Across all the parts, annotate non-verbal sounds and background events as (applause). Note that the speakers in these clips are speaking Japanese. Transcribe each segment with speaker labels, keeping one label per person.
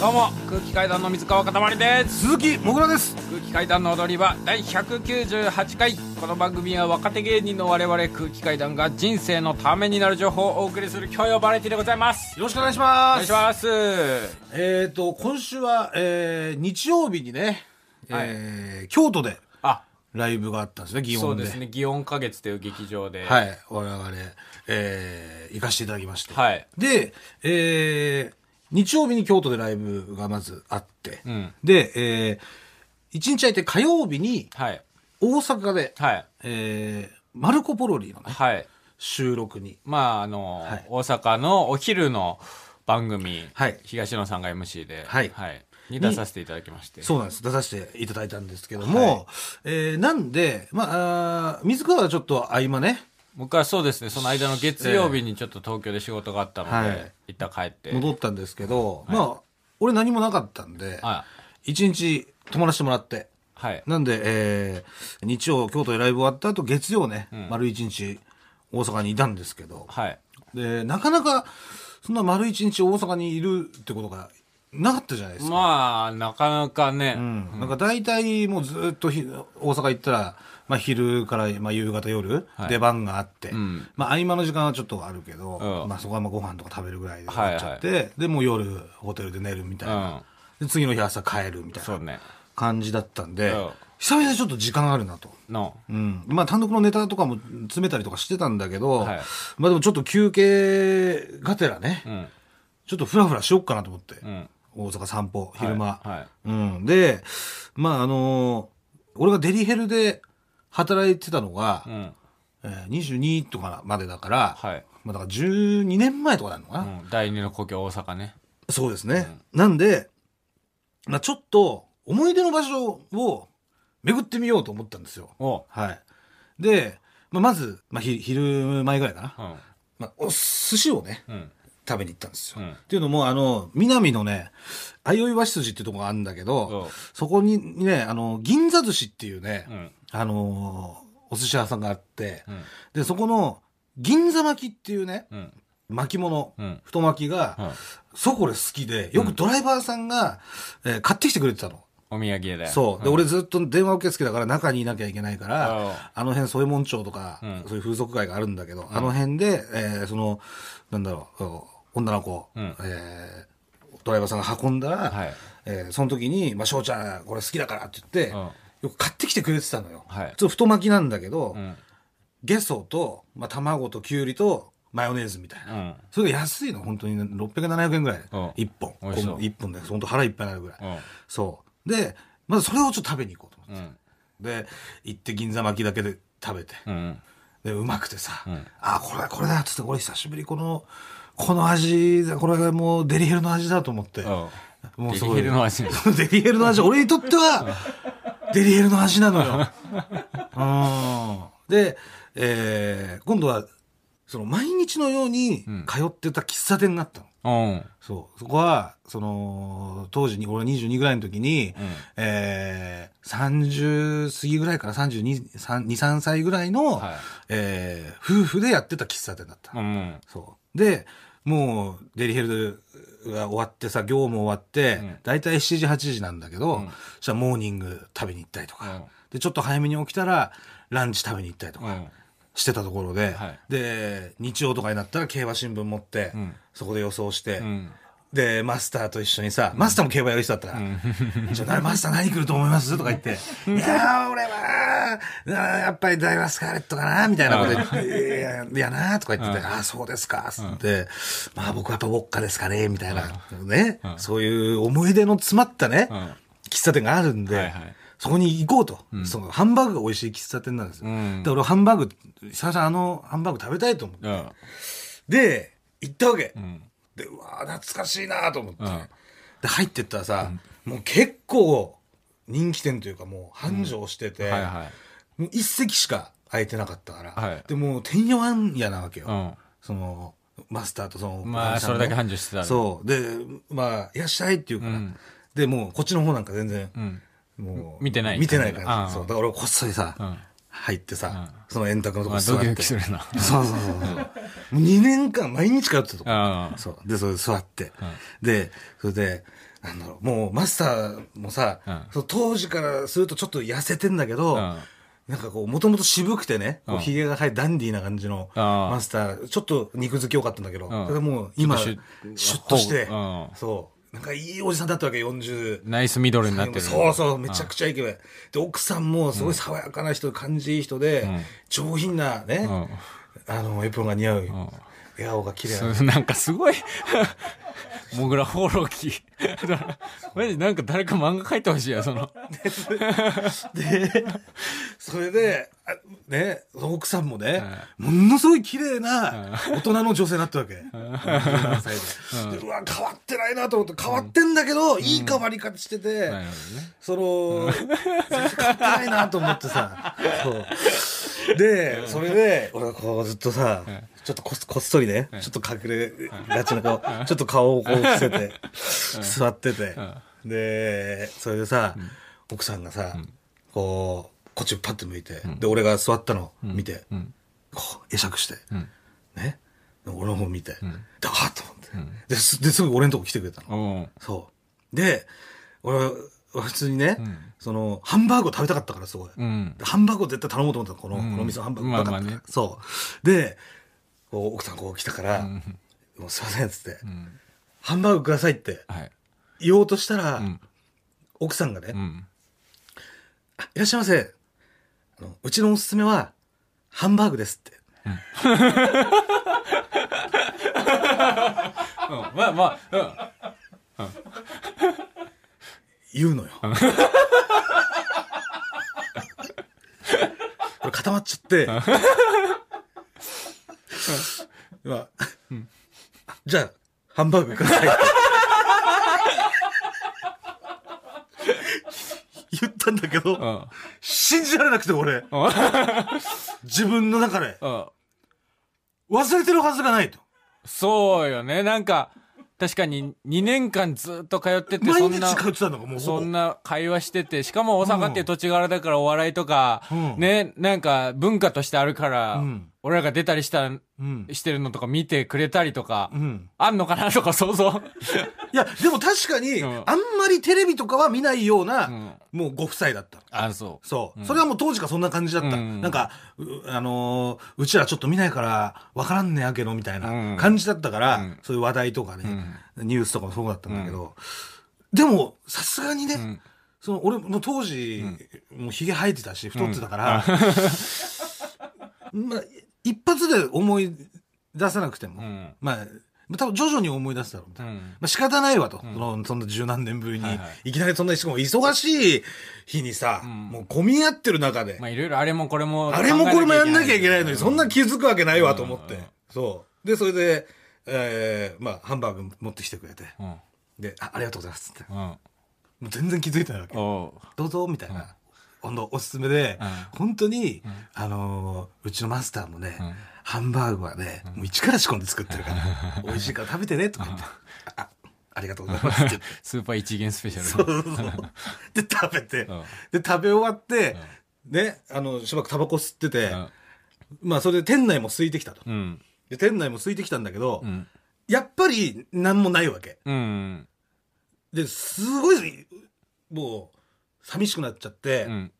Speaker 1: どうも空気階段の水川かたまりです
Speaker 2: 鈴木もぐらです
Speaker 1: 空気階段の踊り場第198回この番組は若手芸人の我々空気階段が人生のためになる情報をお送りする教養バラエティでございます
Speaker 2: よろしくお願いし
Speaker 1: お
Speaker 2: ま
Speaker 1: 願い
Speaker 2: す
Speaker 1: します
Speaker 2: えっ、と今週は、えー日曜日にね、えー京都で
Speaker 1: あ
Speaker 2: ライブがあったんですね祇
Speaker 1: そう
Speaker 2: 園で
Speaker 1: ですね祇園花月という劇場では、
Speaker 2: はいい我々、えー行かせていただきまして、
Speaker 1: はい
Speaker 2: で、えー日曜日に京都でライブがまずあって、
Speaker 1: ん
Speaker 2: で、えー、1日空いて火曜日に
Speaker 1: はい
Speaker 2: 大阪で、
Speaker 1: はい
Speaker 2: えーマルコ・ポロリの、ね、収録に
Speaker 1: まああの、
Speaker 2: はい
Speaker 1: 大阪のお昼の番組、
Speaker 2: はい
Speaker 1: 東野さんが MC で、
Speaker 2: はい
Speaker 1: に出させていただきまして
Speaker 2: そうなんです。出させていただいたんですけども、えーなんで、まああー、水川はちょっと合間ね、
Speaker 1: 僕はそうですねその間の月曜日にちょっと東京で仕事があったので、
Speaker 2: はい
Speaker 1: 一旦帰って
Speaker 2: 戻ったんですけど、まあ、俺何もなかったんで、
Speaker 1: あ
Speaker 2: 一日泊まらせてもらって、
Speaker 1: はい
Speaker 2: なんで、えー日曜、京都でライブ終わった後、月曜ね、丸一日、大阪にいたんですけど、
Speaker 1: はい
Speaker 2: で、なかなか、そんな丸一日大阪にいるってことがなかったじゃないですか。
Speaker 1: まあなかなかね、
Speaker 2: うんなんか大体もうずっとひ大阪行ったら、まあ、昼から、まあ、夕方夜、
Speaker 1: い
Speaker 2: 出番があって、
Speaker 1: ん
Speaker 2: まあ、合間の時間はちょっとあるけど、
Speaker 1: うん
Speaker 2: まあ、そこはまあご飯とか食べるぐらいで終わっちゃって、でもう夜ホテルで寝るみたいな、で次の日朝帰るみたい
Speaker 1: そう
Speaker 2: な
Speaker 1: ね
Speaker 2: 感じだったんで、
Speaker 1: うん
Speaker 2: 久々にちょっと時間あるなと。
Speaker 1: の
Speaker 2: うんまあ、単独のネタとかも詰めたりとかしてたんだけど、
Speaker 1: はい
Speaker 2: まあ、でもちょっと休憩がてらね、
Speaker 1: うん
Speaker 2: ちょっとフラフラしよっかなと思って、
Speaker 1: うん
Speaker 2: 大阪散歩昼間、
Speaker 1: はいはい
Speaker 2: うん、でまああのー俺がデリヘルで働いてたのが、
Speaker 1: うん
Speaker 2: えー22とかまでだから、
Speaker 1: はい
Speaker 2: まあ、だから12年前とかなのかな、
Speaker 1: うん第二の故郷大阪ね
Speaker 2: そうですね、なんで、まあ、ちょっと思い出の場所を巡ってみようと思ったんですよ
Speaker 1: を
Speaker 2: はいで、まあ、まず、まあ、ひ昼前ぐらいかな、
Speaker 1: うん
Speaker 2: まあ、お寿司をね
Speaker 1: うん
Speaker 2: 食べに行ったんですよ、
Speaker 1: うん
Speaker 2: っていうのもあの南のね相生橋筋っていうところがあるんだけど、
Speaker 1: そう
Speaker 2: そこにねあの銀座寿司っていうね、
Speaker 1: うん
Speaker 2: あのーお寿司屋さんがあって、
Speaker 1: うん
Speaker 2: でそこの銀座巻きっていうね
Speaker 1: うん
Speaker 2: 巻物、
Speaker 1: うん
Speaker 2: 太巻きが、
Speaker 1: はい
Speaker 2: そこで好きでよくドライバーさんが、えー買ってきてくれてたの。
Speaker 1: お土産で
Speaker 2: そう。で、俺ずっと電話受付だから中にいなきゃいけないから、
Speaker 1: うん
Speaker 2: あの辺、そういう門町とか、
Speaker 1: うん
Speaker 2: そういう風俗街があるんだけど、あの辺で、えーその、なんだろう、女の子、
Speaker 1: うん
Speaker 2: えードライバーさんが運んだら、
Speaker 1: はい
Speaker 2: えーその時に、まあ、翔ちゃん、これ好きだからって言って、
Speaker 1: うん
Speaker 2: よく買ってきてくれてたのよ。
Speaker 1: はい
Speaker 2: ちょっと太巻きなんだけど、
Speaker 1: うん
Speaker 2: ゲソと、まあ、卵ときゅうりとマヨネーズみたいな。
Speaker 1: うん
Speaker 2: それが安いの、本当に、ね、600、700円ぐらい。
Speaker 1: うん
Speaker 2: 一本。
Speaker 1: 美味しそう
Speaker 2: 一本で、本当腹いっぱいになるぐらい。
Speaker 1: うん
Speaker 2: そう。で、まずそれをちょっと食べに行こうと思って。
Speaker 1: うん
Speaker 2: で行って銀座巻きだけで食べて
Speaker 1: うん
Speaker 2: でうまくてさ「
Speaker 1: ん
Speaker 2: あこれこれだ」っつって俺久しぶりこのこの味だこれがもうデリヘルの味だと思って、
Speaker 1: うん
Speaker 2: もう
Speaker 1: デ
Speaker 2: す
Speaker 1: リ
Speaker 2: ごい
Speaker 1: ヘルの味
Speaker 2: (laughs) デリヘルの味俺にとってはデリヘルの味なのよ
Speaker 1: (laughs)
Speaker 2: うんで、えー今度はその毎日のように通ってた喫茶店があったの、
Speaker 1: うん
Speaker 2: そう。そこは、その、当時に、俺が22ぐらいの時に、えー、30過ぎぐらいから32、3 2、3歳ぐらいの、
Speaker 1: はい
Speaker 2: えー夫婦でやってた喫茶店だった。
Speaker 1: うん
Speaker 2: そう。で、もう、デリヘルが終わってさ、業務終わって、だいたい7時、8時なんだけど、そしたらモーニング食べに行ったりとか、
Speaker 1: うん
Speaker 2: で、ちょっと早めに起きたら、ランチ食べに行ったりとか、
Speaker 1: うん
Speaker 2: してたところで、
Speaker 1: はい
Speaker 2: で、日曜とかになったら競馬新聞持って、
Speaker 1: ん
Speaker 2: そこで予想して、
Speaker 1: うん
Speaker 2: で、マスターと一緒にさ、マスターも競馬やる人だったら、じゃあ、なマスター何来ると思いますとか言って、いやー、俺は、あーやっぱりダイワスカーレットかなみたいなこと言って、いやいやなーとか言ってて、ああ、そうですか、つって、まあ僕はやっぱウォッカですかね、みたいな、ね、そういう思い出の詰まったね、
Speaker 1: ん
Speaker 2: 喫茶店があるんで、
Speaker 1: はいはい
Speaker 2: そこに行こうと、そのハンバーグが美味しい喫茶店なんですよ。
Speaker 1: うん
Speaker 2: で、俺ハンバーグ、久々あのハンバーグ食べたいと思って。
Speaker 1: うん
Speaker 2: で、行ったわけ。
Speaker 1: ん
Speaker 2: で、うわー懐かしいなと思って、
Speaker 1: ん
Speaker 2: で、入ってったらさ、もう結構人気店というかもう繁盛してて、
Speaker 1: はいはい
Speaker 2: もう一席しか空いてなかったから、
Speaker 1: はい
Speaker 2: で、もうてんやわんやなわけよ。
Speaker 1: うん
Speaker 2: その、マスターとその、
Speaker 1: まあ
Speaker 2: お客さんの
Speaker 1: それだけ繁盛してたら
Speaker 2: そう。で、まあ、いらっしゃいっていうから、で、もうこっちの方なんか全然、
Speaker 1: うん
Speaker 2: もう、
Speaker 1: 見てない
Speaker 2: 見てないか
Speaker 1: あ
Speaker 2: ら、
Speaker 1: あ
Speaker 2: そう。だから俺こっそりさ、
Speaker 1: ん
Speaker 2: 入ってさ、その円卓のとこ
Speaker 1: まあ、
Speaker 2: 座っ
Speaker 1: ド
Speaker 2: て。
Speaker 1: キドキするな。
Speaker 2: そうそうそうそう。もう2年間毎日通ってたとこ
Speaker 1: ああ
Speaker 2: そう。で、それで座って。で、それで、なんだろう、もうマスターもさ、
Speaker 1: うん
Speaker 2: その当時からするとちょっと痩せてんだけど、
Speaker 1: うん
Speaker 2: なんかこう、もともと渋くてね、こ
Speaker 1: う
Speaker 2: うんヒゲが生えダンディーな感じの
Speaker 1: ああ
Speaker 2: マスター、ちょっと肉付き良かったんだけど、
Speaker 1: ん
Speaker 2: それがもう今、
Speaker 1: ちょ
Speaker 2: シ
Speaker 1: っ
Speaker 2: ュ
Speaker 1: とシュッ
Speaker 2: ッとして、
Speaker 1: うん
Speaker 2: そう。なんかいいおじさんだったわけ、40。
Speaker 1: ナイスミドルになってる。
Speaker 2: そうそう、めちゃくちゃイケメン。で、奥さんもすごい爽やかな人、感じいい人で、上品なね、
Speaker 1: ん
Speaker 2: あの、エプロンが似合う、笑顔が綺麗な。
Speaker 1: そうなんかすごい、 (laughs) モグラ放浪記。 (laughs) マジなんか誰か漫画描いてほしいや、その。
Speaker 2: で、それで、あね、奥さんもね、ものすごい綺麗な大人の女性になったわけ。47歳ででうわ、変わってないなと思って、変わってんだけど、いい変わり方してて、
Speaker 1: なるほどね。
Speaker 2: その、全然変わってないなと思って (laughs) さ、そう。で、それで、俺はこうずっとさ、ちょっとこっこっそりね、ちょっと隠れがちな顔、ちょっと顔をこう伏せて、座ってて、で、それでさ、奥さんがさ、こう、こっちパッて向いて、で、俺が座ったの見て、こう、会釈して、ね、で俺の方見て、だーっと思って、です、ですぐ俺のとこ来てくれたの。
Speaker 1: うん。
Speaker 2: そう。で、俺は、普通にね、その、ハンバーグを食べたかったから、すごい。
Speaker 1: うん。
Speaker 2: ハンバーグを絶対頼もうと思ったの、この、
Speaker 1: ん
Speaker 2: この店のハンバーグう
Speaker 1: まあ
Speaker 2: まかったから、
Speaker 1: まあね
Speaker 2: そう。で、こう奥さんこう来たから、もうすいません、っつって、
Speaker 1: ん
Speaker 2: ハンバーグくださいって
Speaker 1: はい。
Speaker 2: 言おうとしたら、
Speaker 1: ん
Speaker 2: 奥さんがね、
Speaker 1: うん。
Speaker 2: あいらっしゃいませ。あの、うちのおすすめは、ハンバーグですって。
Speaker 1: うんまあまあ、
Speaker 2: 言うのよ。 (laughs) 俺固まっちゃって。 (laughs) うわじゃあ、ハンバーグくださいって。 (laughs) 言ったんだけ
Speaker 1: うん。う
Speaker 2: ど、
Speaker 1: ん。
Speaker 2: 信じられなくて俺。自分の中で、
Speaker 1: うん。
Speaker 2: 忘れてるはずがないと。
Speaker 1: そうよね。なんか、確かに2年間ずっと通ってて、そ
Speaker 2: 毎
Speaker 1: ん
Speaker 2: 日
Speaker 1: な。
Speaker 2: 通ってたのがもうほ
Speaker 1: そ
Speaker 2: ぼ
Speaker 1: んな会話してて、しかも大阪っていう土地柄だからお笑いとか、
Speaker 2: うん
Speaker 1: ね、なんか文化としてあるから、
Speaker 2: うん
Speaker 1: 俺らが出たりした、
Speaker 2: うん。
Speaker 1: してるのとか見てくれたりとか、
Speaker 2: うん。
Speaker 1: あんのかなとか想
Speaker 2: (laughs)
Speaker 1: 像。
Speaker 2: いや、でも確かに、
Speaker 1: う
Speaker 2: あ
Speaker 1: ん
Speaker 2: んまりテレビとかは見ないような、
Speaker 1: ん
Speaker 2: もうご夫妻だった。
Speaker 1: あ、そう。
Speaker 2: そう。それはもう当時からそんな感じだった。
Speaker 1: うん
Speaker 2: なんか、うあのーうちらちょっと見ないから、わからんねやけど、みたい
Speaker 1: うん
Speaker 2: な感じだったから、そういう話題とかね、ニュースとかもそうだったんだけど、でも、さすがにね、その、俺も当時、もう髭生えてたし、太ってたから、 (laughs) まあ、一発で思い出せなくても、
Speaker 1: ん
Speaker 2: まあ、多分徐々に思い出すだろう、みたいな。
Speaker 1: うん
Speaker 2: まあ、仕方ないわと。その、そんな十何年ぶりに、
Speaker 1: はい
Speaker 2: い
Speaker 1: は
Speaker 2: きなりそんな、しかも忙しい日にさ、もう混み合ってる中で、
Speaker 1: まあいろいろあれもこれも。
Speaker 2: あれもこれもやんなきゃいけないのに、そん
Speaker 1: う
Speaker 2: な気づくわけないわと思って。そう。で、それで、えー、まあ、ハンバーグ持ってきてくれて、
Speaker 1: うん。
Speaker 2: で、あありがとうございますって。も
Speaker 1: うん。
Speaker 2: う全然気づいてないわけ。
Speaker 1: おう
Speaker 2: どうぞ、みたいな。温度おすすめで、本当に、あのーうちのマスターもね、ハンバーグはね、もう一から仕込んで作ってる (laughs) から、美味しいから食べてね、とか言って、あ、ありがとうございますって言って。
Speaker 1: スーパー一元スペシャル。
Speaker 2: そうそうそうで、食べて、で、食べ終わって、ね、あの、しばらくタバコ吸ってて、まあ、それで店内も空いてきたと。
Speaker 1: うん。
Speaker 2: で、店内も空いてきたんだけど、
Speaker 1: ん
Speaker 2: やっぱり、なんもないわけ。
Speaker 1: うん。
Speaker 2: で、すごい、もう、寂しくなっちゃって、
Speaker 1: うん。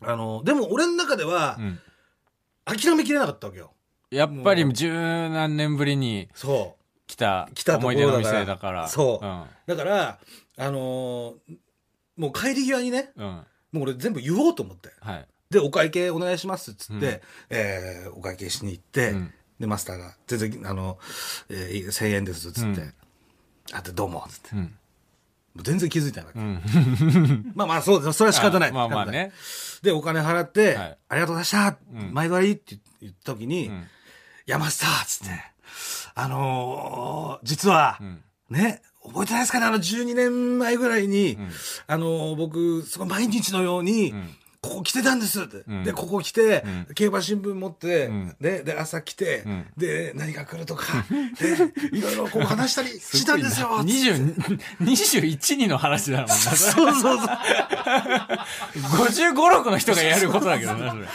Speaker 2: あの、でも俺の中では、
Speaker 1: うん。
Speaker 2: 諦めきれなかったわけよ。
Speaker 1: やっぱり十何年ぶりに
Speaker 2: そ
Speaker 1: 来た
Speaker 2: 来たとこ
Speaker 1: 思い
Speaker 2: ろだ
Speaker 1: 出
Speaker 2: から
Speaker 1: の店だから。
Speaker 2: そう
Speaker 1: うん。
Speaker 2: う。だから、あのーもう帰り際にね、
Speaker 1: うん。
Speaker 2: もう俺全部言おうと思って。
Speaker 1: はい。
Speaker 2: で、お会計お願いしますっつって、
Speaker 1: うん
Speaker 2: えーお会計しに行って、
Speaker 1: うん
Speaker 2: で、マスターが、全然、あの、えー1000円ですっつって、
Speaker 1: うん
Speaker 2: あでどうもっつって、
Speaker 1: ん
Speaker 2: もう全然気づいてないわけ。
Speaker 1: ん
Speaker 2: まあまあ、そうです。それ (laughs) は仕方な
Speaker 1: (laughs)
Speaker 2: い。
Speaker 1: あまあまあね。
Speaker 2: で、お金払って、
Speaker 1: はい
Speaker 2: ありがとうございました、毎度ありって言った時に、
Speaker 1: ん
Speaker 2: 山下っつって、あのー実は、ね、覚えてないですかねあの12年前ぐらいに、あのー僕、すごい毎日のように、ここ着てたんですって。で、ここ着て、競馬新聞持って、で、で、朝来て、で、何が来ると (laughs) か、で、いろいろこう話したりしたん (laughs) ですよ。つって
Speaker 1: (laughs) 20 21人の話だもんな。
Speaker 2: そうそうそう。
Speaker 1: 55、6の人がやることだけどな、それ。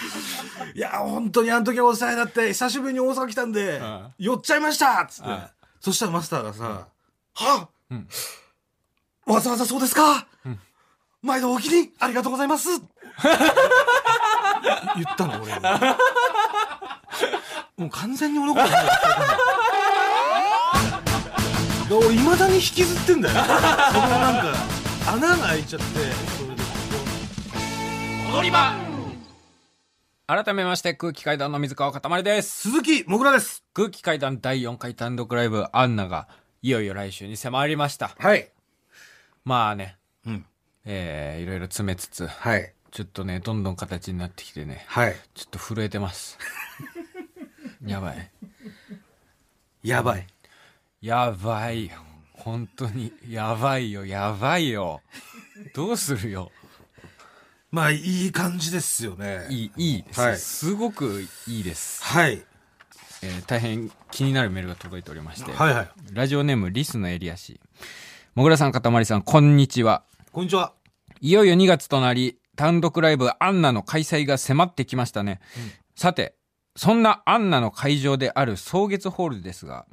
Speaker 2: いや、本当にあの時はお世話になって、久しぶりに大阪来たんで、
Speaker 1: ん
Speaker 2: 寄っちゃいましたつって
Speaker 1: ん。
Speaker 2: そしたらマスターがさ、はわざわざそうですか毎度おおきにありがとうございます言ったの、俺に。もう完全に俺のことだよだから俺、未だに引きずってんだよ。そのなんか、穴が開いちゃって、それで
Speaker 1: 改めまして、空気階段の水川かたまりです。
Speaker 2: 鈴木もぐらです。
Speaker 1: 空気階段第4回単独ライブ、アンナが、いよいよ来週に迫りました。
Speaker 2: はい。
Speaker 1: まあね、
Speaker 2: うん。
Speaker 1: えー、いろいろ詰めつつ、
Speaker 2: はい。
Speaker 1: ちょっとね、どんどん形になってきてね、
Speaker 2: はい。
Speaker 1: ちょっと震えて
Speaker 2: (laughs)
Speaker 1: ます。やばい。
Speaker 2: やばい。
Speaker 1: やばいよ。本当に、やばいよ、やばいよ。どうするよ。
Speaker 2: まあ、いい感じですよね。
Speaker 1: いい、いいです。
Speaker 2: はい
Speaker 1: すごくいいです、
Speaker 2: はい。
Speaker 1: えー大変気になるメールが届いておりまして、
Speaker 2: はいはい。
Speaker 1: ラジオネームリスのエリア氏。もぐらさん、かたまりさん、こんにちは。
Speaker 2: こんにちは。
Speaker 1: いよいよ2月となり、単独ライブアンナの開催が迫ってきましたね。さて、そんなアンナの会場である草月ホールですが、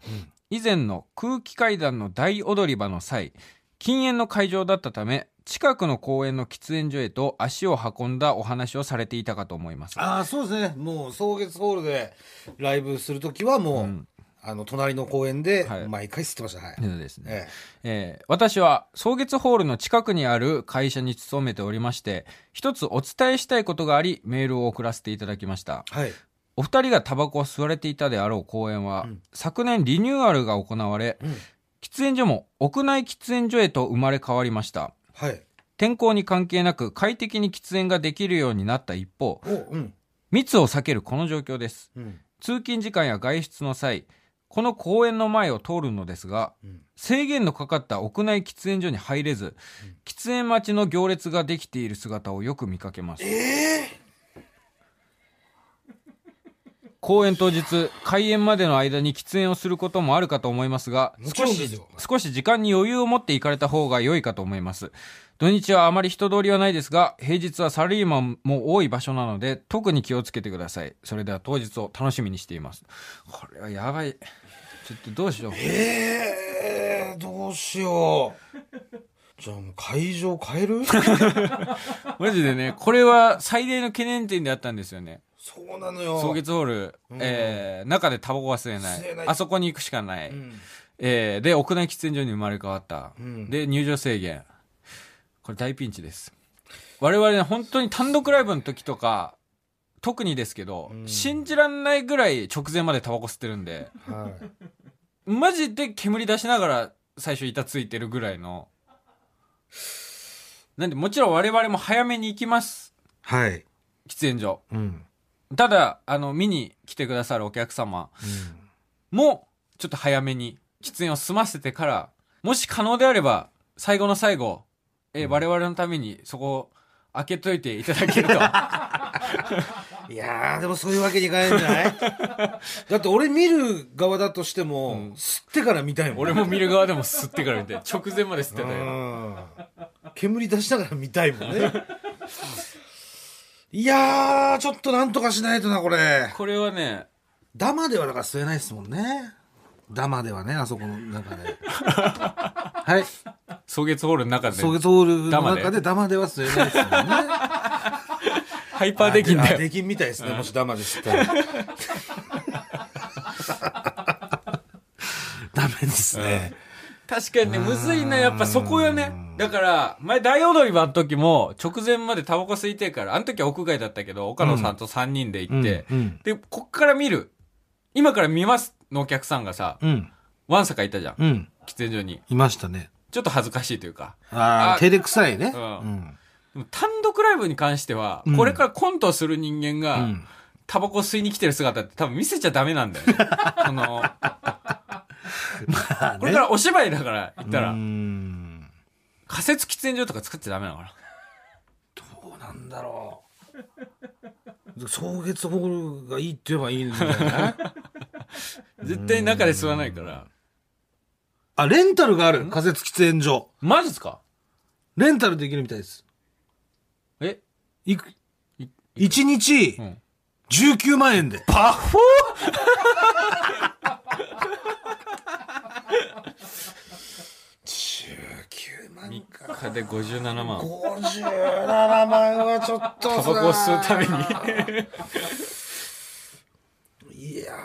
Speaker 1: 以前の空気階段の大踊り場の際、禁煙の会場だったため、近くの公園の喫煙所へと足を運んだお話をされていたかと思います。
Speaker 2: ああ、そうですね。もう、草月ホールでライブするときはもう、あの、隣の公園で
Speaker 1: はい、
Speaker 2: 毎回吸ってました。はい。
Speaker 1: そうですね
Speaker 2: え
Speaker 1: えー私は草月ホールの近くにある会社に勤めておりまして一つお伝えしたいことがありメールを送らせていただきました
Speaker 2: えはい。
Speaker 1: お二人がタバコを吸われていたであろう公演は、昨年リニューアルが行われ、喫煙所も屋内喫煙所へと生まれ変わりました
Speaker 2: はい。
Speaker 1: 天候に関係なく快適に喫煙ができるようになった一方
Speaker 2: お、うん。
Speaker 1: 密を避けるこの状況です
Speaker 2: うん。
Speaker 1: 通勤時間や外出の際この公園の前を通るのですが、
Speaker 2: うん
Speaker 1: 制限のかかった屋内喫煙所に入れず、喫煙待ちの行列ができている姿をよく見かけます公演当日開演までの間に喫煙をすることもあるかと思いますが
Speaker 2: もち
Speaker 1: 少
Speaker 2: ろんです
Speaker 1: し
Speaker 2: よ
Speaker 1: 少し時間に余裕を持って行かれた方が良いかと思います土日はあまり人通りはないですが平日はサラリーマンも多い場所なので特に気をつけてくださいそれでは当日を楽しみにしていますこれはやばいちょっとどうしよう
Speaker 2: ええどうしよう。じゃあもう会場変え (laughs) る
Speaker 1: マジでね、これは最大の懸念点であったんですよね。
Speaker 2: そうなのよ。
Speaker 1: 草月ホール、えー中でタバコは吸えない
Speaker 2: 吸えない
Speaker 1: あそこに行くしかない。
Speaker 2: うん。
Speaker 1: えーで、屋内喫煙所に生まれ変わった。
Speaker 2: うん
Speaker 1: で、入場制限。これ大ピンチです。我々ね、本当に単独ライブの時とか、特にですけど、
Speaker 2: うん
Speaker 1: 信じらんないぐらい直前までタバコ吸ってるんで、
Speaker 2: はい。
Speaker 1: マジで煙出しながら最初板ついてるぐらいの。なんで、もちろん我々も早めに行きます。
Speaker 2: (laughs) はい。
Speaker 1: 喫煙所。
Speaker 2: うん。うん。
Speaker 1: ただ、あの、見に来てくださるお客様も、ちょっと早めに、喫煙を済ませてから、もし可能であれば、最後の最後、えー我々のために、そこを開けといていただけると。
Speaker 2: いやー、でもそういうわけにいかないんじ
Speaker 1: (laughs)
Speaker 2: ゃないだって俺見る側だとしても、吸ってから見たいもん。
Speaker 1: (laughs) 俺も見る側でも吸ってからみたいな。直前まで吸ってたよ。
Speaker 2: うん煙出しながら見たいもんねいやーちょっとなんとかしないとなこれ
Speaker 1: これはね、
Speaker 2: ダマではだから吸えないですもんねダマではねあそこの中
Speaker 1: (laughs)
Speaker 2: ではい
Speaker 1: 草月ホールの中で、
Speaker 2: ソゲソールの
Speaker 1: ダマ
Speaker 2: 中
Speaker 1: で
Speaker 2: でダマでは吸えないですもんね
Speaker 1: ハイパーできんだ
Speaker 2: あ
Speaker 1: よ。
Speaker 2: できんみたいですねもしダマで
Speaker 1: (laughs)
Speaker 2: 吸ったらダメですね、
Speaker 1: 確かにね、むずいな、やっぱそこよね。だから、前大踊り場の時も、直前までタバコ吸いてえから、あの時は屋外だったけど、岡野さんと3人で行って、
Speaker 2: うんうん
Speaker 1: で、こっから見る。今から見ますのお客さんがさ、
Speaker 2: うん
Speaker 1: ワンサカいたじゃん。
Speaker 2: うん
Speaker 1: 喫煙所に。
Speaker 2: いましたね
Speaker 1: ちょっと恥ずかしいというか。
Speaker 2: あ
Speaker 1: あ
Speaker 2: あ照れくさいね、
Speaker 1: うん
Speaker 2: うん
Speaker 1: でも単独ライブに関しては、
Speaker 2: ん
Speaker 1: これからコントをする人間が、
Speaker 2: うん
Speaker 1: タバコ吸いに来てる姿って多分見せちゃダメなんだ (laughs) よね。その、これからお芝居だから、言ったら
Speaker 2: うー、ん
Speaker 1: 仮設喫煙所とか使っちゃダメだから。
Speaker 2: どうなんだろう草月ホールがいいって言えばいいんだよ
Speaker 1: (laughs)
Speaker 2: ね。
Speaker 1: 絶対中で吸わないから。
Speaker 2: あ、レンタルがある。風付き喫煙所。
Speaker 1: マジっすか
Speaker 2: レンタルできるみたいです。
Speaker 1: え
Speaker 2: いく
Speaker 1: い、
Speaker 2: 1日
Speaker 1: ん、
Speaker 2: 19万円で。
Speaker 1: パフォ
Speaker 2: 19万か。
Speaker 1: ーで57万。
Speaker 2: 57万はちょっと
Speaker 1: タ
Speaker 2: さ。
Speaker 1: バコを吸う (laughs) ために。
Speaker 2: いやー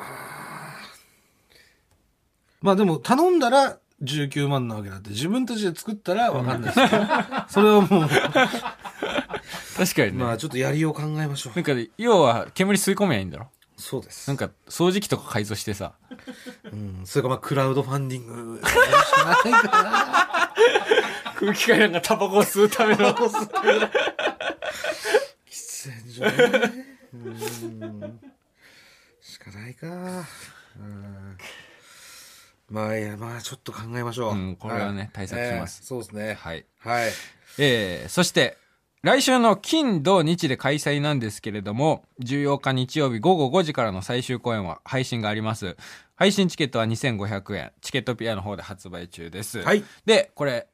Speaker 2: まあでも頼んだら19万なわけだって自分たちで作ったら分かんないです (laughs) けどそれはもう
Speaker 1: 確かにね。
Speaker 2: まあちょっとやりよう考えましょ
Speaker 1: な
Speaker 2: うん
Speaker 1: か、要は煙吸い込めばいいんだろ
Speaker 2: そうです
Speaker 1: なんか、掃除機とか改造してさ。
Speaker 2: うんそれかまあクラウドファンディングしかないかな
Speaker 1: 空気階段がタバコを吸うための。
Speaker 2: 喫煙所ねうんしかないかうんまあいやまあちょっと考えましょう、
Speaker 1: うんこれはね
Speaker 2: い
Speaker 1: 対策します
Speaker 2: ええそうですね
Speaker 1: はい。
Speaker 2: はい
Speaker 1: えー、そして、来週の金、土、日で開催なんですけれども、14日日曜日午後5時からの最終公演は配信があります。配信チケットは2500円。チケットピアの方で発売中です。
Speaker 2: はい
Speaker 1: で、これ、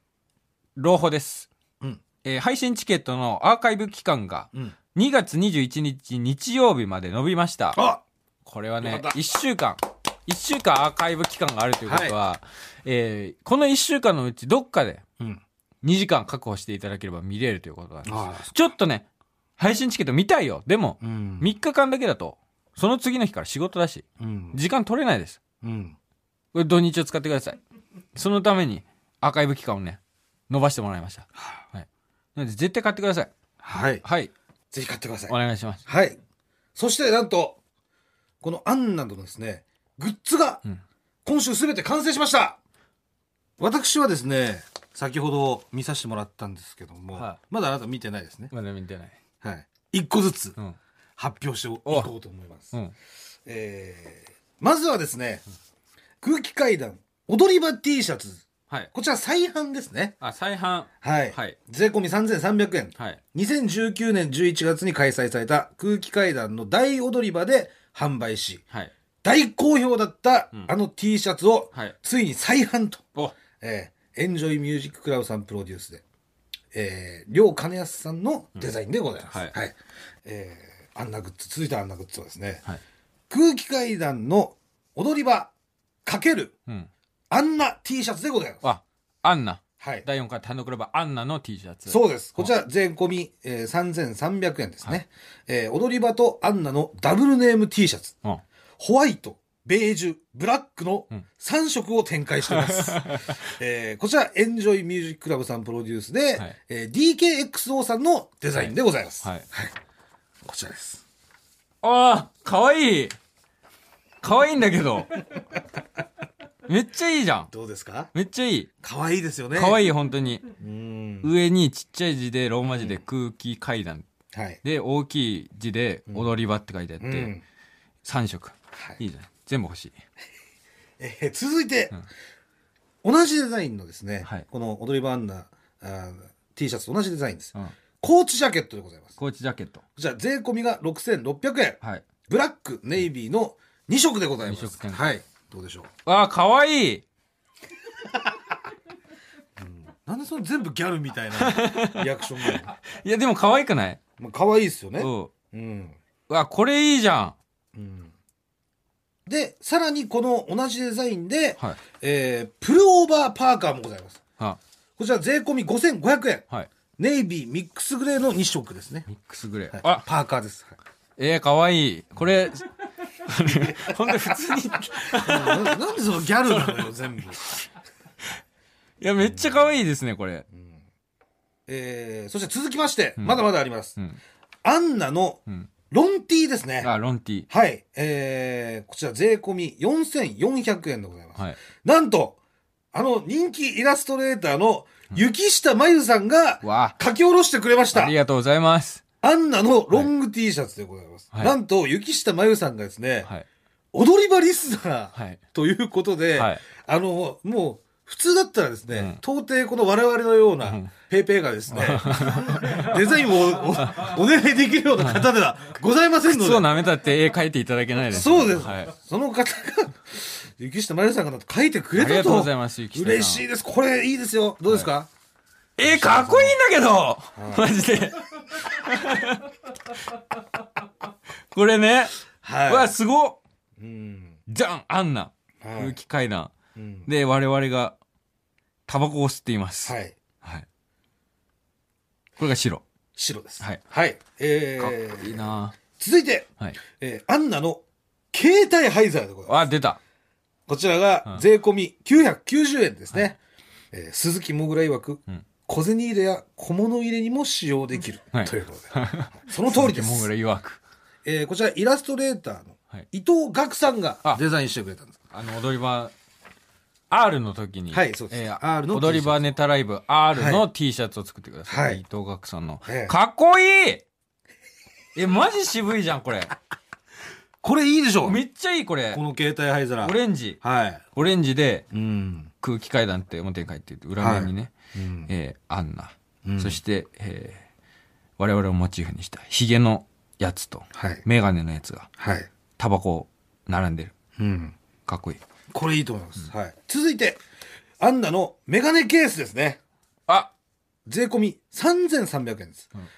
Speaker 1: 朗報です。
Speaker 2: うん
Speaker 1: えー配信チケットのアーカイブ期間が
Speaker 2: うん
Speaker 1: 2月21日日曜日まで延びました。
Speaker 2: あ
Speaker 1: これは
Speaker 2: よ
Speaker 1: ね
Speaker 2: かっ、た
Speaker 1: 1週間。1週間アーカイブ期間があるということは、えーこの1週間のうちどっかで
Speaker 2: うん
Speaker 1: 2時間確保していただければ見れるということなんです。
Speaker 2: あ
Speaker 1: ちょっとね、配信チケット見たいよ。でも、
Speaker 2: うん
Speaker 1: 3日間だけだと、その次の日から仕事だし、
Speaker 2: うん
Speaker 1: 時間取れないです。
Speaker 2: うん
Speaker 1: これ土日を使ってください。そのためにアーカイブ期間をね、伸ばしてもらいました。はい。なので絶対買ってください。
Speaker 2: はい
Speaker 1: はい。
Speaker 2: ぜひ買ってください
Speaker 1: お願いします。
Speaker 2: はい。そして、なんと、このアンナのですね、グッズが
Speaker 1: うん、
Speaker 2: 今週すべて完成しました、私はですね、先ほど見させてもらったんですけども、
Speaker 1: は
Speaker 2: まだあなた見てないですね。
Speaker 1: まだ見てない。
Speaker 2: はい。一個ずつ
Speaker 1: うん。
Speaker 2: 発表していこうと思います。
Speaker 1: うん。
Speaker 2: えーまずはですね、空気階段、踊り場 T シャツ。
Speaker 1: はい。
Speaker 2: こちら再販ですね。
Speaker 1: あ、再販。
Speaker 2: はい。
Speaker 1: はい
Speaker 2: 税込み3300円。
Speaker 1: はい。
Speaker 2: 2019年11月に開催された空気階段の大踊り場で販売し、
Speaker 1: はい。
Speaker 2: 大好評だった
Speaker 1: うん
Speaker 2: あの T シャツを
Speaker 1: はい
Speaker 2: ついに再販と、
Speaker 1: お、
Speaker 2: えーエンジョイミュージッククラブさんプロデュースで、えー、両金康さんのデザインでございます。
Speaker 1: うんはい
Speaker 2: えーあんなグッズ、続いてあんなグッズはですね、
Speaker 1: はい
Speaker 2: 空気階段の踊り場かける
Speaker 1: うん。
Speaker 2: あんな T シャツでございます。
Speaker 1: あ、アンナ。
Speaker 2: はい。
Speaker 1: 第4回単独ライブアンナの T シャツ。
Speaker 2: そうです。こちら税込み、えー、3300円ですね、えー踊り場とアンナのダブルネーム T シャツ。
Speaker 1: うん。
Speaker 2: ホワイト、ベージュ、ブラックの
Speaker 1: うん
Speaker 2: 3色を展開してい
Speaker 1: (laughs)
Speaker 2: ます。えーこちら、エンジョイミュージッククラブさんプロデュースで、
Speaker 1: はい
Speaker 2: えー DKXO さんのデザインでございます。
Speaker 1: はい。
Speaker 2: こちらです。
Speaker 1: ああ、かわいい。かわいいんだけど。めっちゃいいじゃん。
Speaker 2: どうですか
Speaker 1: めっちゃいい。
Speaker 2: 可愛いですよね。
Speaker 1: かわ
Speaker 2: い
Speaker 1: いい、本当に。
Speaker 2: うん。
Speaker 1: 上にちっちゃい字で、ローマ字で空気階段。
Speaker 2: はい。
Speaker 1: で、大きい字で踊り場って書いてあっ
Speaker 2: う
Speaker 1: て
Speaker 2: ん、
Speaker 1: 3色。
Speaker 2: はい
Speaker 1: いいじゃん。全部欲しい。
Speaker 2: えー続いて、同じデザインのですね、
Speaker 1: はい
Speaker 2: この踊り場アンナあー T シャツと同じデザインです。
Speaker 1: うん。
Speaker 2: コーチジャケットでございます。
Speaker 1: コーチジャケット。
Speaker 2: こちら、税込みが6600円。
Speaker 1: はい。
Speaker 2: ブラック、ネイビーの2色でございま
Speaker 1: 二色
Speaker 2: す。
Speaker 1: 展開
Speaker 2: はい。どうでしょう
Speaker 1: ああ、かわいい。
Speaker 2: なんでその全部ギャルみたいな (laughs) リアクションなの
Speaker 1: いや、でもかわいくない
Speaker 2: まあ可愛いですよ
Speaker 1: う
Speaker 2: ね。
Speaker 1: ん。
Speaker 2: うん。
Speaker 1: うわ、これいいじゃん。
Speaker 2: うん。で、さらにこの同じデザインで、
Speaker 1: はい。
Speaker 2: えープルオーバーパーカーもございます。
Speaker 1: あ
Speaker 2: こちら税込み5500円。
Speaker 1: はい。
Speaker 2: ネイビーミックスグレーの2色ですね。
Speaker 1: ミックスグレー。
Speaker 2: あ
Speaker 1: あ、
Speaker 2: パーカーです。はい
Speaker 1: えー、かわいい。これ、ほんと普通に。い
Speaker 2: うんななんでそのギャルなのよ、全部。
Speaker 1: や、めっちゃかわいいですね、これ。
Speaker 2: (laughs) えー、そして続きまして、まだまだあります。
Speaker 1: うん。
Speaker 2: アンナの
Speaker 1: うん。
Speaker 2: ロンティーですね。
Speaker 1: あ、ロンティ。
Speaker 2: はい。えー、こちら税込み4400円でございます。
Speaker 1: はい。
Speaker 2: なんと、あの人気イラストレーターの雪下真由さんが
Speaker 1: わ
Speaker 2: 書き下ろしてくれまし
Speaker 1: あ。
Speaker 2: た
Speaker 1: あり。がとうございます。
Speaker 2: アンナのロング T シャツでございます。
Speaker 1: はい
Speaker 2: なんと、雪下真由さんがですね、
Speaker 1: はい。
Speaker 2: 踊り場リスナー
Speaker 1: はい。
Speaker 2: ということで、
Speaker 1: はい
Speaker 2: あの、もう、不普通だったらですね、到底この我々のようなペーペーがですね、 (laughs) デザインをおおお願いできるような方ではございませんの
Speaker 1: 靴を
Speaker 2: で、
Speaker 1: 舐めたって絵描いていただけないですね、
Speaker 2: そうです。
Speaker 1: はい、あ
Speaker 2: その方が、雪下まりさんが書いてくれ
Speaker 1: り
Speaker 2: た
Speaker 1: がとうご
Speaker 2: と
Speaker 1: ざい。ます雪下さん
Speaker 2: 嬉しいです。これいいですよ。どうですか、
Speaker 1: えー、かっこいいんだけど、マジで。これね、
Speaker 2: はいう
Speaker 1: わ、すごっ
Speaker 2: うん。
Speaker 1: じゃんアンナ、
Speaker 2: はい
Speaker 1: 空気階段。
Speaker 2: うん
Speaker 1: で、我々が、タバコを吸っています。はい。
Speaker 2: はい。
Speaker 1: これが白。
Speaker 2: 白です。
Speaker 1: はい。
Speaker 2: はい。え
Speaker 1: かっこいい
Speaker 2: ー、
Speaker 1: な
Speaker 2: 続いて、
Speaker 1: はい。
Speaker 2: えー、アンナの携帯ハイザーでございます。
Speaker 1: あ、出た。
Speaker 2: こちらが税込み990円ですね。えー鈴木もぐら曰く、
Speaker 1: ん
Speaker 2: 小銭入れや小物入れにも使用できる、
Speaker 1: はい
Speaker 2: ということで。その通りで
Speaker 1: モグ
Speaker 2: す。
Speaker 1: ラ曰く。
Speaker 2: えーこちらイラストレーターの
Speaker 1: はい
Speaker 2: 伊藤岳さんが
Speaker 1: あ
Speaker 2: デザインしてくれたんです。
Speaker 1: あの、踊り場、R の時に、
Speaker 2: はいそうです
Speaker 1: えー
Speaker 2: R の T シャツ
Speaker 1: 踊り場ネタライブ R
Speaker 2: は
Speaker 1: の T シャツを作ってください。
Speaker 2: はい
Speaker 1: 伊藤岳さんの。
Speaker 2: ええ
Speaker 1: かっこい (laughs) いえ、マジ渋いじゃん、これ。
Speaker 2: これいいでしょう
Speaker 1: めっちゃいい、これ
Speaker 2: こ。の携帯灰皿。
Speaker 1: オレンジ。
Speaker 2: はい。
Speaker 1: オレンジで
Speaker 2: うん。
Speaker 1: 空気階段って表に書いてる裏面にね、
Speaker 2: うん
Speaker 1: えーアンナ、
Speaker 2: うん
Speaker 1: そして、えー我々をモチーフにしたヒゲのやつと、
Speaker 2: はい
Speaker 1: メガネのやつが
Speaker 2: はい。
Speaker 1: タバコを並んでる。
Speaker 2: うん。
Speaker 1: かっこいい。
Speaker 2: これいいと思います。はい。続いて、アンナのメガネケースですね。
Speaker 1: あ
Speaker 2: 税込み3300円です、
Speaker 1: ん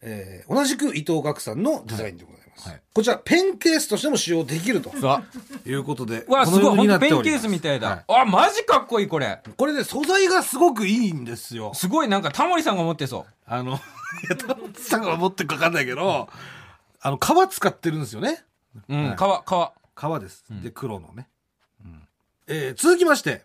Speaker 2: えー同じく伊藤岳さんのデザインでございます、
Speaker 1: はいはい
Speaker 2: こちらペンケースとしても使用できると
Speaker 1: さ
Speaker 2: いうことで
Speaker 1: うわ、す
Speaker 2: この
Speaker 1: ご
Speaker 2: よう
Speaker 1: い。
Speaker 2: に
Speaker 1: ほんと
Speaker 2: なって
Speaker 1: ペ
Speaker 2: お
Speaker 1: ン
Speaker 2: り
Speaker 1: ケ
Speaker 2: ま
Speaker 1: ー
Speaker 2: す
Speaker 1: スみたい
Speaker 2: は
Speaker 1: だ。あ、マジかっこいい、これ。
Speaker 2: これね素材がすごくいいんですよ
Speaker 1: すごい、なんかタモリさんが持ってそう。
Speaker 2: あの (laughs) いや田本さんが持ってるか分かんないけどあの革使ってるんですよね
Speaker 1: うん、
Speaker 2: はい
Speaker 1: 皮、皮。
Speaker 2: 革です、で黒のね、うんえー続きまして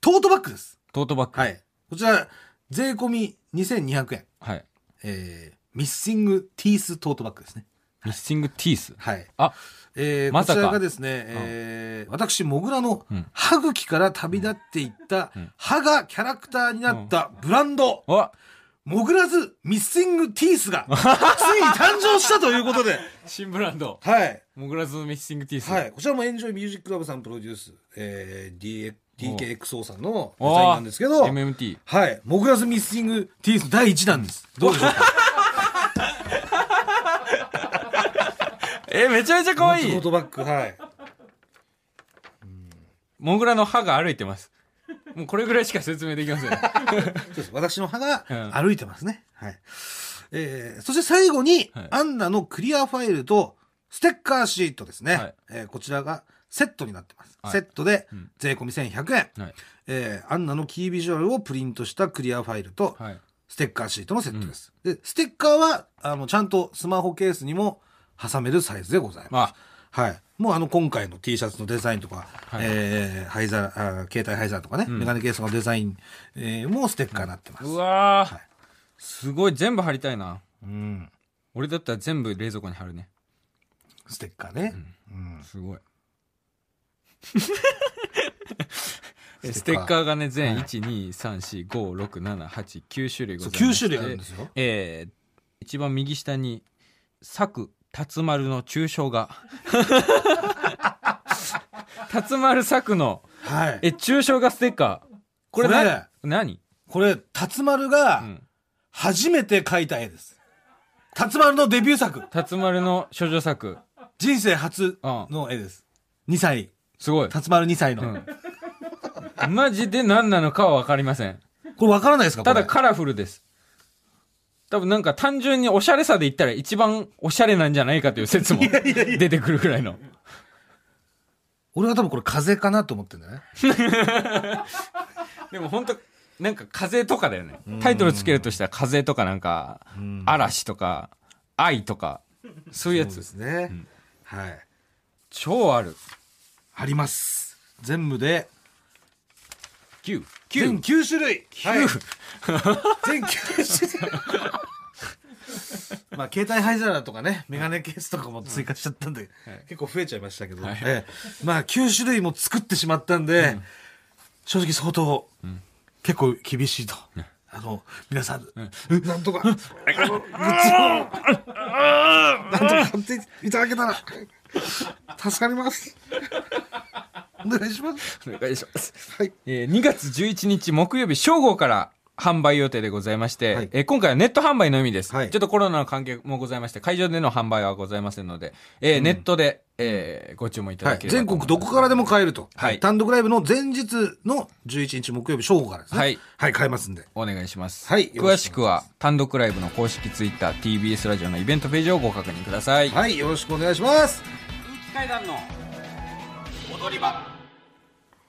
Speaker 2: トートバッグです
Speaker 1: トートバッグ。
Speaker 2: はいこちら税込み2200円、
Speaker 1: はい。
Speaker 2: えーミッシングティーストートバッグですね
Speaker 1: ミッシングティース。
Speaker 2: はい
Speaker 1: あ、
Speaker 2: えー
Speaker 1: まさか
Speaker 2: こちらがですね、えー私もぐらの
Speaker 1: うん
Speaker 2: 歯茎から旅立っていった
Speaker 1: ん
Speaker 2: 歯がキャラクターになったブランド、
Speaker 1: あ、
Speaker 2: もぐらずミッシングティースがついに誕生したとい
Speaker 1: (laughs)
Speaker 2: うことで、
Speaker 1: 新ブランド。
Speaker 2: はい、
Speaker 1: モグラズのミッシングティース。
Speaker 2: はい、こちらもエンジョイミュージックラブさんプロデュース、えー、DA DKXO さんのデ
Speaker 1: おー
Speaker 2: ザインなんですけど、
Speaker 1: MMT。
Speaker 2: はい、もぐらずミッシングティース第1弾
Speaker 1: (laughs)
Speaker 2: です。どうでしょうか
Speaker 1: え、めちゃめちゃ可愛
Speaker 2: ト
Speaker 1: い
Speaker 2: ー。トバッグ、はい。
Speaker 1: モグラの歯が歩いてます。もうこれぐらいしか説明できません。 (laughs) は
Speaker 2: そうです私の歯が
Speaker 1: うん
Speaker 2: 歩いてますね。はい。えーそして最後に、
Speaker 1: はい
Speaker 2: アンナのクリアファイルとステッカーシートですね。
Speaker 1: はい
Speaker 2: えーこちらがセットになってます。
Speaker 1: はい
Speaker 2: セットで
Speaker 1: うん
Speaker 2: 税込み1100円、
Speaker 1: い。
Speaker 2: えーアンナのキービジュアルをプリントしたクリアファイルと
Speaker 1: はい。
Speaker 2: ステッカーシートのセットです。で、ステッカーは、あの、ちゃんとスマホケースにも挟めるサイズでございます。
Speaker 1: まあ、
Speaker 2: はい。もうあの今回の T シャツのデザインとか、
Speaker 1: い
Speaker 2: えーハイザーあー、携帯ハイザーとかね、メガネケースのデザイン、えーもステッカーになってます。
Speaker 1: うわー
Speaker 2: はい
Speaker 1: すごい、全部貼りたいな。
Speaker 2: うん、
Speaker 1: 俺だったら全部冷蔵庫に貼るね。
Speaker 2: ステッカーね。
Speaker 1: す (laughs) ごい。
Speaker 2: うん
Speaker 1: ステッカーがね、全1、2、3、4、5、6、7、8、9種類ご
Speaker 2: そう
Speaker 1: ざいま
Speaker 2: 9
Speaker 1: す。
Speaker 2: 種類あるんですよ。
Speaker 1: えー一番右下に、作、辰丸の抽象画。 (laughs) 辰丸作の、
Speaker 2: はい。
Speaker 1: え、抽象画ステッカー。これ
Speaker 2: これ
Speaker 1: な、何
Speaker 2: これ、辰丸が
Speaker 1: うん
Speaker 2: 初めて描いた絵です。辰丸のデビュー作、
Speaker 1: 辰丸の処女作。
Speaker 2: 人生初の絵です。2歳、
Speaker 1: すごい。
Speaker 2: 辰丸2歳の。
Speaker 1: うんマジで何なのかは分かりません。
Speaker 2: これわからないですか
Speaker 1: ただ
Speaker 2: こ
Speaker 1: カラフルです。多分なんか単純におしゃれさで言ったら一番おしゃれなんじゃないかという説も出てくるぐらいの。
Speaker 2: れ俺は多分これ風邪かなと思ってんだね。
Speaker 1: でも本当なんか風とかだよね。タイトルつけるとしたら風とかなんか、嵐とか、愛とか、そういうや
Speaker 2: そう
Speaker 1: つ。
Speaker 2: ですね。はい。
Speaker 1: 超ある。
Speaker 2: あります。全部で、
Speaker 1: 9。9。
Speaker 2: 全9種類。はい。全9種類。 (laughs) まあ、携帯灰皿とかね、メガネケースとかも追加しちゃったんで、結構増えちゃいましたけど、
Speaker 1: はい
Speaker 2: ええまあ、9種類も作ってしまったんで、正直相当、結構厳しいと。あの、皆さん、なんとか、あのグッズを、なんとか買っていただけたら、助かります。お願いします。
Speaker 1: お願いします。
Speaker 2: はい。
Speaker 1: えー2月11日木曜日正午から販売予定でございまして、
Speaker 2: はい
Speaker 1: えー今回はネット販売のみです、
Speaker 2: はい
Speaker 1: ちょっとコロナの関係もございまして、会場での販売はございませんので、えーネットで、えーご注文いた
Speaker 2: は
Speaker 1: だ
Speaker 2: い、
Speaker 1: ければ
Speaker 2: 全国どこからでも買えると、
Speaker 1: はい
Speaker 2: 単独ライブの前日の11日木曜日正午からですね。
Speaker 1: はい。
Speaker 2: はい、買えますんで。
Speaker 1: お願いします。
Speaker 2: はいよ
Speaker 1: 詳
Speaker 2: ろし
Speaker 1: し
Speaker 2: く
Speaker 1: くは、単独ライブの公式ツイッター、TBS ラジオのイベントページをご確認ください。
Speaker 2: はい、よろしくお願いします。
Speaker 1: 階段の踊り場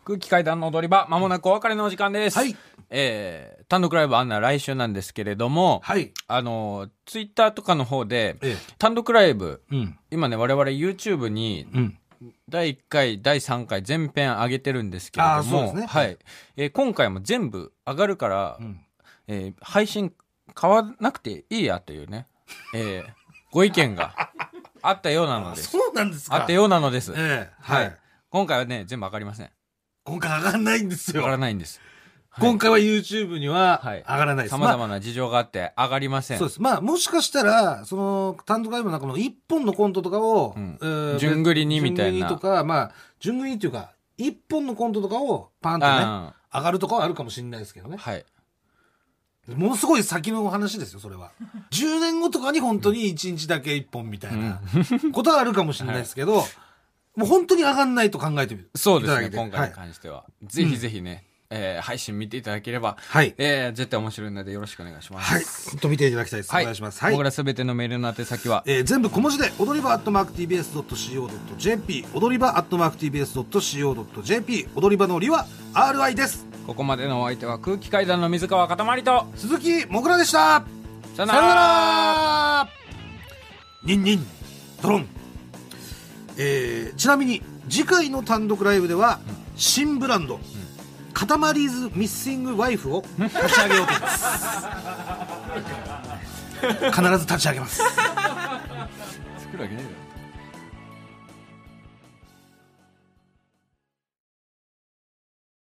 Speaker 1: 空気階段の踊り場まもなくお別れのお時間です、
Speaker 2: はい
Speaker 1: えー単独ライブあんな来週なんですけれども、
Speaker 2: はい。
Speaker 1: あのツイッターとかの方で、
Speaker 2: ええ
Speaker 1: 単独ライブ
Speaker 2: うん。
Speaker 1: 今ね我々 YouTube に
Speaker 2: うん。
Speaker 1: 第1回第3回全編上げてるんですけれ
Speaker 2: あ
Speaker 1: ど
Speaker 2: ーそうで
Speaker 1: も、
Speaker 2: すね
Speaker 1: はいえー今回も全部上がるから、
Speaker 2: ん
Speaker 1: えー配信買わなくていいやというね、えーご意見
Speaker 2: (laughs)
Speaker 1: があったようなの
Speaker 2: あ
Speaker 1: です
Speaker 2: そうなんですか。
Speaker 1: あったようなのです、
Speaker 2: ええ
Speaker 1: は
Speaker 2: はいい。。
Speaker 1: 今回はね、全部わかりません。
Speaker 2: 今回上がらないんです
Speaker 1: わから
Speaker 2: よ。
Speaker 1: ないんです。
Speaker 2: 今回は YouTube には
Speaker 1: はい
Speaker 2: 上がらないです。
Speaker 1: 様々な事情があって上がりません。
Speaker 2: そうです。まあ、もしかしたら、その、単独ライブの中の一本のコントとかを、
Speaker 1: うん
Speaker 2: えー
Speaker 1: 順繰りにみたいな
Speaker 2: 順繰りとか、まあ、順繰りっていうか、一本のコントとかをパンとね、
Speaker 1: あ
Speaker 2: 上がるとかはあるかもしれないですけど
Speaker 1: ー
Speaker 2: ね。
Speaker 1: はい。
Speaker 2: ものすごい先のお話ですよ、そ
Speaker 1: (laughs)
Speaker 2: れは。10年後とかに本当に1日だけ一本みたいなことはあるかもしれないですけど、もう本当に上がんないと考えてみる。
Speaker 1: そうです
Speaker 2: いただ
Speaker 1: ね、
Speaker 2: いて
Speaker 1: 今回に関しては。ぜひぜひね、えー配信見ていただければ、
Speaker 2: はい。
Speaker 1: えー絶対面白いのでよろしくお願いします。
Speaker 2: はい。本当見ていただきたいです。お願いします。はい
Speaker 1: 僕。らすべてのメールの宛先は、
Speaker 2: えー全部小文字で踊り場アットマーク TBS.CO.JP 踊り場アットマーク TBS.CO.JP 踊り場のりは RI です
Speaker 1: ここまでのお相手は空気階段の水川かたまりと、
Speaker 2: 鈴木もぐらでした
Speaker 1: さよ
Speaker 2: さよならニンニンドロン、えーちなみに次回の単独ライブでは新ブランド、カタマリーズミッシングワイフを立ち上げようと思います必ず立ち上げます
Speaker 1: 作るわけねえだろ